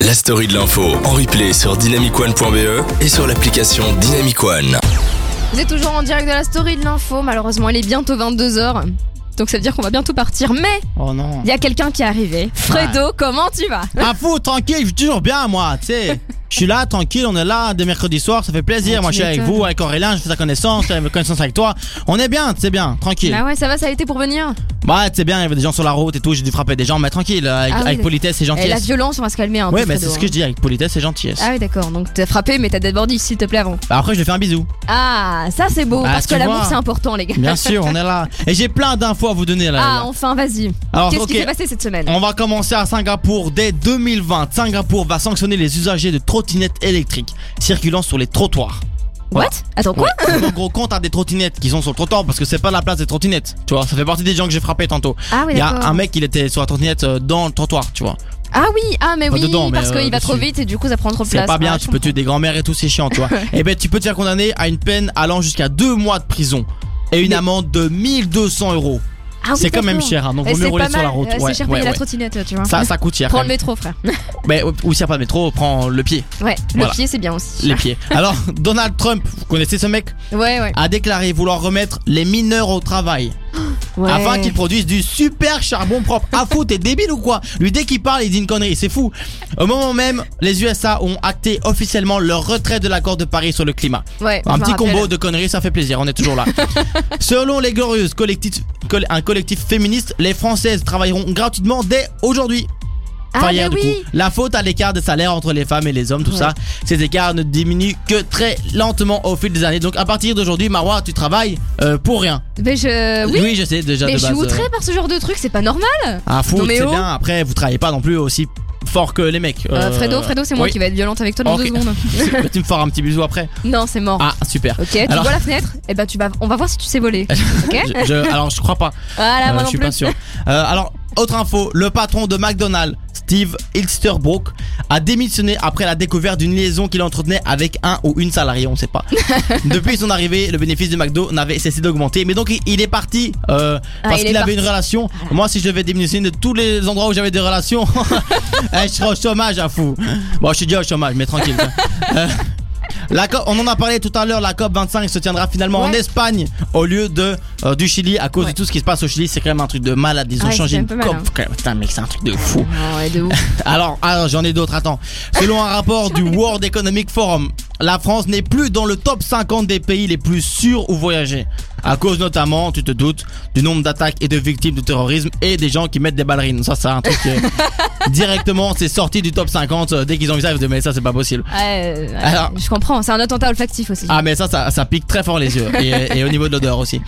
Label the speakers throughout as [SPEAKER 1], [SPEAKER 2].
[SPEAKER 1] la story de l'info en replay sur dynamicone.be E et sur l'application Dynamicone.
[SPEAKER 2] Vous êtes toujours en direct de la story de l'info. Malheureusement, elle est bientôt 22h. Donc ça veut dire qu'on va bientôt partir. Mais
[SPEAKER 3] Oh non.
[SPEAKER 2] il y a quelqu'un qui est arrivé. Fredo, comment tu vas
[SPEAKER 3] Info, tranquille, je suis toujours bien, moi, tu sais. Je suis là, tranquille, on est là, de mercredi soir, ça fait plaisir.
[SPEAKER 2] Ah,
[SPEAKER 3] moi,
[SPEAKER 2] tu
[SPEAKER 3] je suis avec
[SPEAKER 2] m'étonnes.
[SPEAKER 3] vous, avec Aurélien, je fais sa connaissance, je fais ma connaissance avec toi. On est bien, c'est bien, tranquille.
[SPEAKER 2] Bah ouais, ça va, ça a été pour venir.
[SPEAKER 3] Bah, c'est bien, il y avait des gens sur la route et tout, j'ai dû frapper des gens, mais tranquille, euh, avec,
[SPEAKER 2] Ah oui,
[SPEAKER 3] avec
[SPEAKER 2] d'accord.
[SPEAKER 3] politesse et
[SPEAKER 2] Et la
[SPEAKER 3] gentillesse.
[SPEAKER 2] violence, on va se calmer un peu.
[SPEAKER 3] Ouais, mais c'est
[SPEAKER 2] Fredo,
[SPEAKER 3] ce que
[SPEAKER 2] hein.
[SPEAKER 3] je dis, avec politesse et gentillesse.
[SPEAKER 2] Ah oui, d'accord. Donc t'as frappé, mais t'as débordé, s'il te plaît, avant.
[SPEAKER 3] Bah, après, je vais faire un bisou.
[SPEAKER 2] Ah, ça c'est beau,
[SPEAKER 3] Bah,
[SPEAKER 2] parce que
[SPEAKER 3] tu
[SPEAKER 2] l'amour
[SPEAKER 3] vois.
[SPEAKER 2] c'est important, les gars.
[SPEAKER 3] Bien sûr, on est là. Et j'ai plein d'infos à vous donner là.
[SPEAKER 2] Ah,
[SPEAKER 3] là.
[SPEAKER 2] enfin, vas-y.
[SPEAKER 3] Alors,
[SPEAKER 2] Qu'est-ce qui
[SPEAKER 3] ok.
[SPEAKER 2] s'est passé cette semaine
[SPEAKER 3] On va commencer à Singapour dès 2020. Singapour va sanctionner les usagers de trottinettes électriques circulant sur les trottoirs.
[SPEAKER 2] What Attends, quoi
[SPEAKER 3] En gros, quand t'as des trottinettes qui sont sur le trottoir, parce que c'est pas la place des trottinettes, tu vois, ça fait partie des gens que j'ai frappé tantôt.
[SPEAKER 2] Ah oui,
[SPEAKER 3] Il y a
[SPEAKER 2] d'accord.
[SPEAKER 3] un mec, il était sur la trottinette euh, dans le trottoir, tu vois.
[SPEAKER 2] Ah oui, ah mais
[SPEAKER 3] Pas
[SPEAKER 2] oui,
[SPEAKER 3] dedans, mais,
[SPEAKER 2] parce qu'il
[SPEAKER 3] euh,
[SPEAKER 2] va trop
[SPEAKER 3] dessus.
[SPEAKER 2] vite et du coup ça prend trop de place.
[SPEAKER 3] C'est pas bien,
[SPEAKER 2] Ah, je
[SPEAKER 3] tu peux tuer des grands-mères et tout, c'est chiant, tu vois. et ben, tu peux te faire condamner à une peine allant jusqu'à deux mois de prison et une
[SPEAKER 2] Mais-
[SPEAKER 3] amende de 1200 euros.
[SPEAKER 2] Ah oui,
[SPEAKER 3] c'est quand même
[SPEAKER 2] d'accord.
[SPEAKER 3] cher, hein, donc
[SPEAKER 2] Eh,
[SPEAKER 3] vaut
[SPEAKER 2] c'est
[SPEAKER 3] mieux rouler
[SPEAKER 2] pas
[SPEAKER 3] sur la
[SPEAKER 2] mal,
[SPEAKER 3] route.
[SPEAKER 2] euh, C'est
[SPEAKER 3] Ouais,
[SPEAKER 2] cher
[SPEAKER 3] ouais,
[SPEAKER 2] payer la
[SPEAKER 3] ouais.
[SPEAKER 2] trottinette, tu vois.
[SPEAKER 3] Ça, ça coûte cher.
[SPEAKER 2] Prends
[SPEAKER 3] quand
[SPEAKER 2] le
[SPEAKER 3] même.
[SPEAKER 2] métro, frère.
[SPEAKER 3] Mais ou ou s'il n'y a pas de métro, prends le pied.
[SPEAKER 2] Ouais,
[SPEAKER 3] Voilà.
[SPEAKER 2] le pied c'est bien aussi.
[SPEAKER 3] Les pieds. Alors, Donald Trump, vous connaissez ce mec,
[SPEAKER 2] Ouais, ouais.
[SPEAKER 3] a déclaré vouloir remettre les mineurs au travail.
[SPEAKER 2] ouais.
[SPEAKER 3] afin qu'ils produisent du super charbon propre. À fou, t'es débile ou quoi Lui, dès qu'il parle, il dit une connerie, c'est fou. Au moment même, les USA ont acté officiellement leur retrait de l'accord de Paris sur le climat.
[SPEAKER 2] Ouais,
[SPEAKER 3] Un
[SPEAKER 2] je me
[SPEAKER 3] petit
[SPEAKER 2] rappelle.
[SPEAKER 3] combo de conneries, ça fait plaisir, on est toujours là. Selon les Glorieuses, collectif, coll- un collectif féministe, les Françaises travailleront gratuitement dès aujourd'hui. Enfin,
[SPEAKER 2] Ah, mais
[SPEAKER 3] hier, du
[SPEAKER 2] oui.
[SPEAKER 3] coup. La faute à l'écart des salaires entre les femmes et les hommes, tout
[SPEAKER 2] Ouais.
[SPEAKER 3] ça. Ces écarts ne diminuent que très lentement au fil des années. Donc à partir d'aujourd'hui, Marois, tu travailles euh, pour rien.
[SPEAKER 2] Mais je. Oui,
[SPEAKER 3] je sais déjà
[SPEAKER 2] mais
[SPEAKER 3] de
[SPEAKER 2] je
[SPEAKER 3] base.
[SPEAKER 2] suis
[SPEAKER 3] euh,
[SPEAKER 2] outrée par ce genre de truc, c'est pas normal.
[SPEAKER 3] ah fou,
[SPEAKER 2] Non, mais
[SPEAKER 3] c'est
[SPEAKER 2] oh.
[SPEAKER 3] bien. Après, vous travaillez pas non plus aussi fort que les mecs.
[SPEAKER 2] Euh, Fredo, Fredo, c'est moi
[SPEAKER 3] oui.
[SPEAKER 2] qui vais être violente avec toi dans
[SPEAKER 3] Ok.
[SPEAKER 2] deux secondes.
[SPEAKER 3] Bah, tu me feras un petit bisou après.
[SPEAKER 2] Non, c'est mort.
[SPEAKER 3] Ah super.
[SPEAKER 2] Ok, tu
[SPEAKER 3] Alors-
[SPEAKER 2] vois la fenêtre Et ben tu vas, on va voir si tu sais voler. Ok.
[SPEAKER 3] Je- je- alors je crois pas.
[SPEAKER 2] Voilà,
[SPEAKER 3] Euh,
[SPEAKER 2] moi
[SPEAKER 3] je
[SPEAKER 2] non
[SPEAKER 3] suis
[SPEAKER 2] plus.
[SPEAKER 3] pas sûr. Euh, alors autre info, le patron de McDonald's, Steve Hilsterbrook, a démissionné après la découverte d'une liaison qu'il entretenait avec un ou une salariée, on sait pas. Depuis son arrivée, le bénéfice de McDo n'avait cessé d'augmenter. Mais donc il- il est parti euh,
[SPEAKER 2] Ah,
[SPEAKER 3] parce
[SPEAKER 2] il est
[SPEAKER 3] qu'il
[SPEAKER 2] parti. Ah.
[SPEAKER 3] avait une relation. Moi, si je devais démissionner de tous les endroits où j'avais des relations, eh, je serais au chômage à fou. Bon, je suis déjà au chômage, mais tranquille. quoi. Euh, la COP, on en a parlé tout à l'heure, la COP25 se tiendra finalement en
[SPEAKER 2] Ouais.
[SPEAKER 3] Espagne au lieu de euh, du Chili à cause
[SPEAKER 2] Ouais.
[SPEAKER 3] de tout ce qui se passe au Chili. C'est quand même un truc de malade. Ils ont
[SPEAKER 2] Ah, c'est
[SPEAKER 3] changé
[SPEAKER 2] quand même
[SPEAKER 3] une
[SPEAKER 2] pas mal,
[SPEAKER 3] COP. quand même. Putain, mec, c'est un truc de fou.
[SPEAKER 2] Non, ouais, de ouf.
[SPEAKER 3] Alors, alors, j'en ai d'autres, attends. Selon un rapport du World Economic Forum, la France n'est plus dans le top 50 des pays les plus sûrs où voyager. À cause notamment, tu te doutes, du nombre d'attaques et de victimes de terrorisme et des gens qui mettent des ballerines. Ça, c'est un truc. euh, directement, c'est sorti du top 50 euh, dès qu'ils ont vu ça. Ils se disent, mais ça, c'est pas possible.
[SPEAKER 2] Ouais, ouais,
[SPEAKER 3] Alors-
[SPEAKER 2] je comprends, c'est un attentat olfactif aussi.
[SPEAKER 3] Ah mais ça, ça, ça pique très fort les yeux et, et au niveau de l'odeur aussi.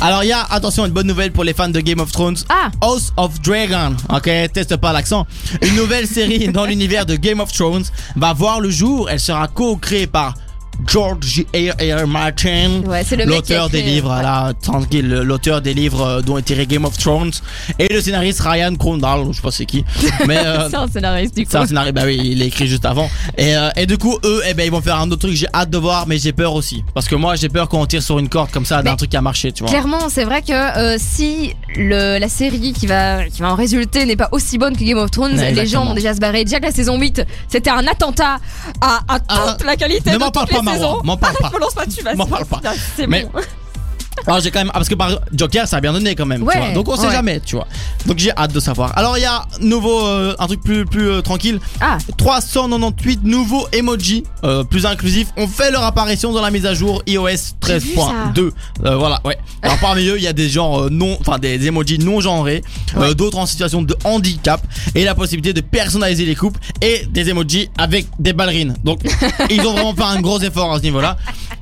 [SPEAKER 3] Alors il y a, attention, une bonne nouvelle pour les fans de Game of Thrones.
[SPEAKER 2] Ah.
[SPEAKER 3] House of Dragon, ok, teste pas l'accent. Une nouvelle série dans l'univers de Game of Thrones va voir le jour. Elle sera co-créée par George R. Martin,
[SPEAKER 2] Ouais, c'est le mec qui a
[SPEAKER 3] l'auteur des
[SPEAKER 2] écrit, euh,
[SPEAKER 3] livres,
[SPEAKER 2] ouais.
[SPEAKER 3] là, tranquille, l'auteur des livres euh, dont est tiré Game of Thrones, et le scénariste Ryan Crondall, je sais pas c'est qui, mais euh,
[SPEAKER 2] c'est un scénariste du coup.
[SPEAKER 3] c'est un scénario, bah oui, il est écrit juste avant. Et, euh, et du coup, eux, eh ben, ils vont faire un autre truc, j'ai hâte de voir, mais j'ai peur aussi. Parce que moi, j'ai peur quand on tire sur une corde comme ça d'un
[SPEAKER 2] Mais-
[SPEAKER 3] truc qui a marché, tu vois.
[SPEAKER 2] Clairement, c'est vrai que euh, si le, la série qui va, qui va en résulter n'est pas aussi bonne que Game of Thrones,
[SPEAKER 3] Ouais,
[SPEAKER 2] les gens
[SPEAKER 3] exactement.
[SPEAKER 2] vont déjà se barrer. Déjà que la saison 8, c'était un attentat à, à toute la qualité
[SPEAKER 3] Ah, ne
[SPEAKER 2] de
[SPEAKER 3] m'en parle
[SPEAKER 2] toutes les
[SPEAKER 3] pas, Marois,
[SPEAKER 2] saisons.
[SPEAKER 3] m'en parle
[SPEAKER 2] Arrête,
[SPEAKER 3] pas.
[SPEAKER 2] me lance pas dessus, vas-y.
[SPEAKER 3] M'en parle pas.
[SPEAKER 2] C'est
[SPEAKER 3] Mais-
[SPEAKER 2] bon.
[SPEAKER 3] Alors, j'ai quand même, ah, parce que par Joker, ça a bien donné quand même, tu
[SPEAKER 2] Ouais,
[SPEAKER 3] vois. Donc, on sait
[SPEAKER 2] ouais.
[SPEAKER 3] jamais, tu vois. Donc, j'ai hâte de savoir. Alors, il y a nouveau, euh, un truc plus, plus euh, tranquille.
[SPEAKER 2] Ah,
[SPEAKER 3] 398 nouveaux emojis, euh, plus inclusifs, ont fait leur apparition dans la mise à jour iOS
[SPEAKER 2] J'ai vu
[SPEAKER 3] 13.2. Euh, voilà, ouais. Alors parmi eux, il y a des genres euh, non, enfin des emojis non genrés, euh, d'autres en situation de handicap et la possibilité de personnaliser les couples et des emojis avec des ballerines. Donc ils ont vraiment fait un gros effort à ce niveau-là.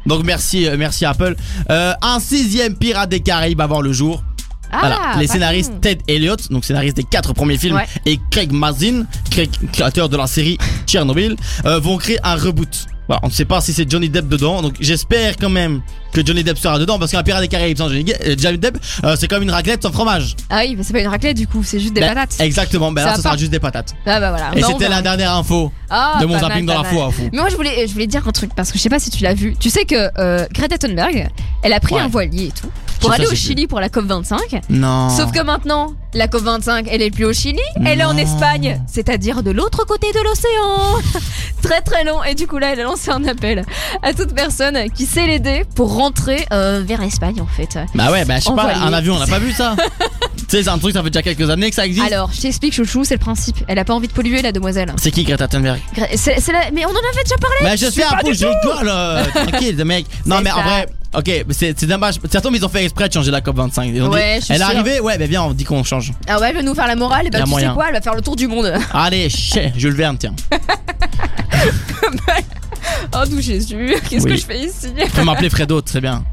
[SPEAKER 3] Donc merci, euh, merci Apple. Euh, un sixième pirate des Caraïbes à voir le jour.
[SPEAKER 2] ah
[SPEAKER 3] Voilà. les
[SPEAKER 2] bah,
[SPEAKER 3] scénaristes
[SPEAKER 2] hmm.
[SPEAKER 3] Ted Elliott, donc scénariste des quatre premiers films,
[SPEAKER 2] Ouais.
[SPEAKER 3] et Craig Mazin, cré- créateur de la série Tchernobyl, euh, vont créer un reboot. Voilà, on ne sait pas si c'est Johnny Depp dedans, donc j'espère quand même que Johnny Depp sera dedans, parce qu'un pirate des Caraïbes sans Johnny, euh, Johnny Depp, euh, c'est comme une raclette sans fromage.
[SPEAKER 2] Ah oui, mais c'est pas une raclette du coup, c'est juste des
[SPEAKER 3] Ben,
[SPEAKER 2] patates.
[SPEAKER 3] Exactement, ben
[SPEAKER 2] Ça
[SPEAKER 3] là,
[SPEAKER 2] va
[SPEAKER 3] ça sera
[SPEAKER 2] pas.
[SPEAKER 3] juste des patates.
[SPEAKER 2] Ah bah voilà.
[SPEAKER 3] et
[SPEAKER 2] Bah, on
[SPEAKER 3] c'était
[SPEAKER 2] verra.
[SPEAKER 3] la dernière info
[SPEAKER 2] Ah,
[SPEAKER 3] de mon
[SPEAKER 2] pas
[SPEAKER 3] zapping
[SPEAKER 2] mal,
[SPEAKER 3] dans
[SPEAKER 2] pas
[SPEAKER 3] la
[SPEAKER 2] mal.
[SPEAKER 3] foi, fou.
[SPEAKER 2] Mais moi je voulais, je voulais dire un truc parce que je sais pas si tu l'as vu. Tu sais que euh, Greta Thunberg, elle a pris
[SPEAKER 3] Ouais.
[SPEAKER 2] un voilier et tout. pour
[SPEAKER 3] Ça,
[SPEAKER 2] aller
[SPEAKER 3] c'est
[SPEAKER 2] au
[SPEAKER 3] plus.
[SPEAKER 2] Chili pour la COP25.
[SPEAKER 3] Non.
[SPEAKER 2] Sauf que maintenant, la COP25, elle est plus au Chili, elle est en
[SPEAKER 3] Non.
[SPEAKER 2] Espagne, c'est-à-dire de l'autre côté de l'océan. très très long. Et du coup, là, elle a lancé un appel à toute personne qui sait l'aider pour rentrer euh, vers l'Espagne, en fait.
[SPEAKER 3] Bah ouais, bah je sais pas,
[SPEAKER 2] Envoyer.
[SPEAKER 3] un avion, on n'a pas vu ça. tu sais, c'est un truc, ça fait déjà quelques années que ça existe.
[SPEAKER 2] Alors, je t'explique, chouchou, c'est le principe. Elle a pas envie de polluer, la demoiselle.
[SPEAKER 3] C'est qui Greta Thunberg
[SPEAKER 2] Gra- c'est- c'est la- Mais on en avait déjà parlé.
[SPEAKER 3] Mais je sais, à bout, je rigole. euh, Tranquille, le mec. Non,
[SPEAKER 2] C'est
[SPEAKER 3] mais en
[SPEAKER 2] ça.
[SPEAKER 3] vrai, ok, mais c'est c'est dommage. Ça tombe, ils ont fait exprès de changer la COP25. Ils ont dit,
[SPEAKER 2] Ouais, je suis
[SPEAKER 3] elle est
[SPEAKER 2] sûre.
[SPEAKER 3] arrivée, ouais, bah viens, on dit qu'on change.
[SPEAKER 2] Ah ouais, elle veut nous faire la morale. Et
[SPEAKER 3] Y
[SPEAKER 2] bah,
[SPEAKER 3] a
[SPEAKER 2] tu
[SPEAKER 3] moyen.
[SPEAKER 2] sais quoi, elle va faire le tour du monde.
[SPEAKER 3] Allez, chais, Jules Verne, tiens.
[SPEAKER 2] oh, d'où Jésus, qu'est-ce
[SPEAKER 3] Oui.
[SPEAKER 2] que je fais ici
[SPEAKER 3] Tu peux m'appeler Fredo, c'est bien.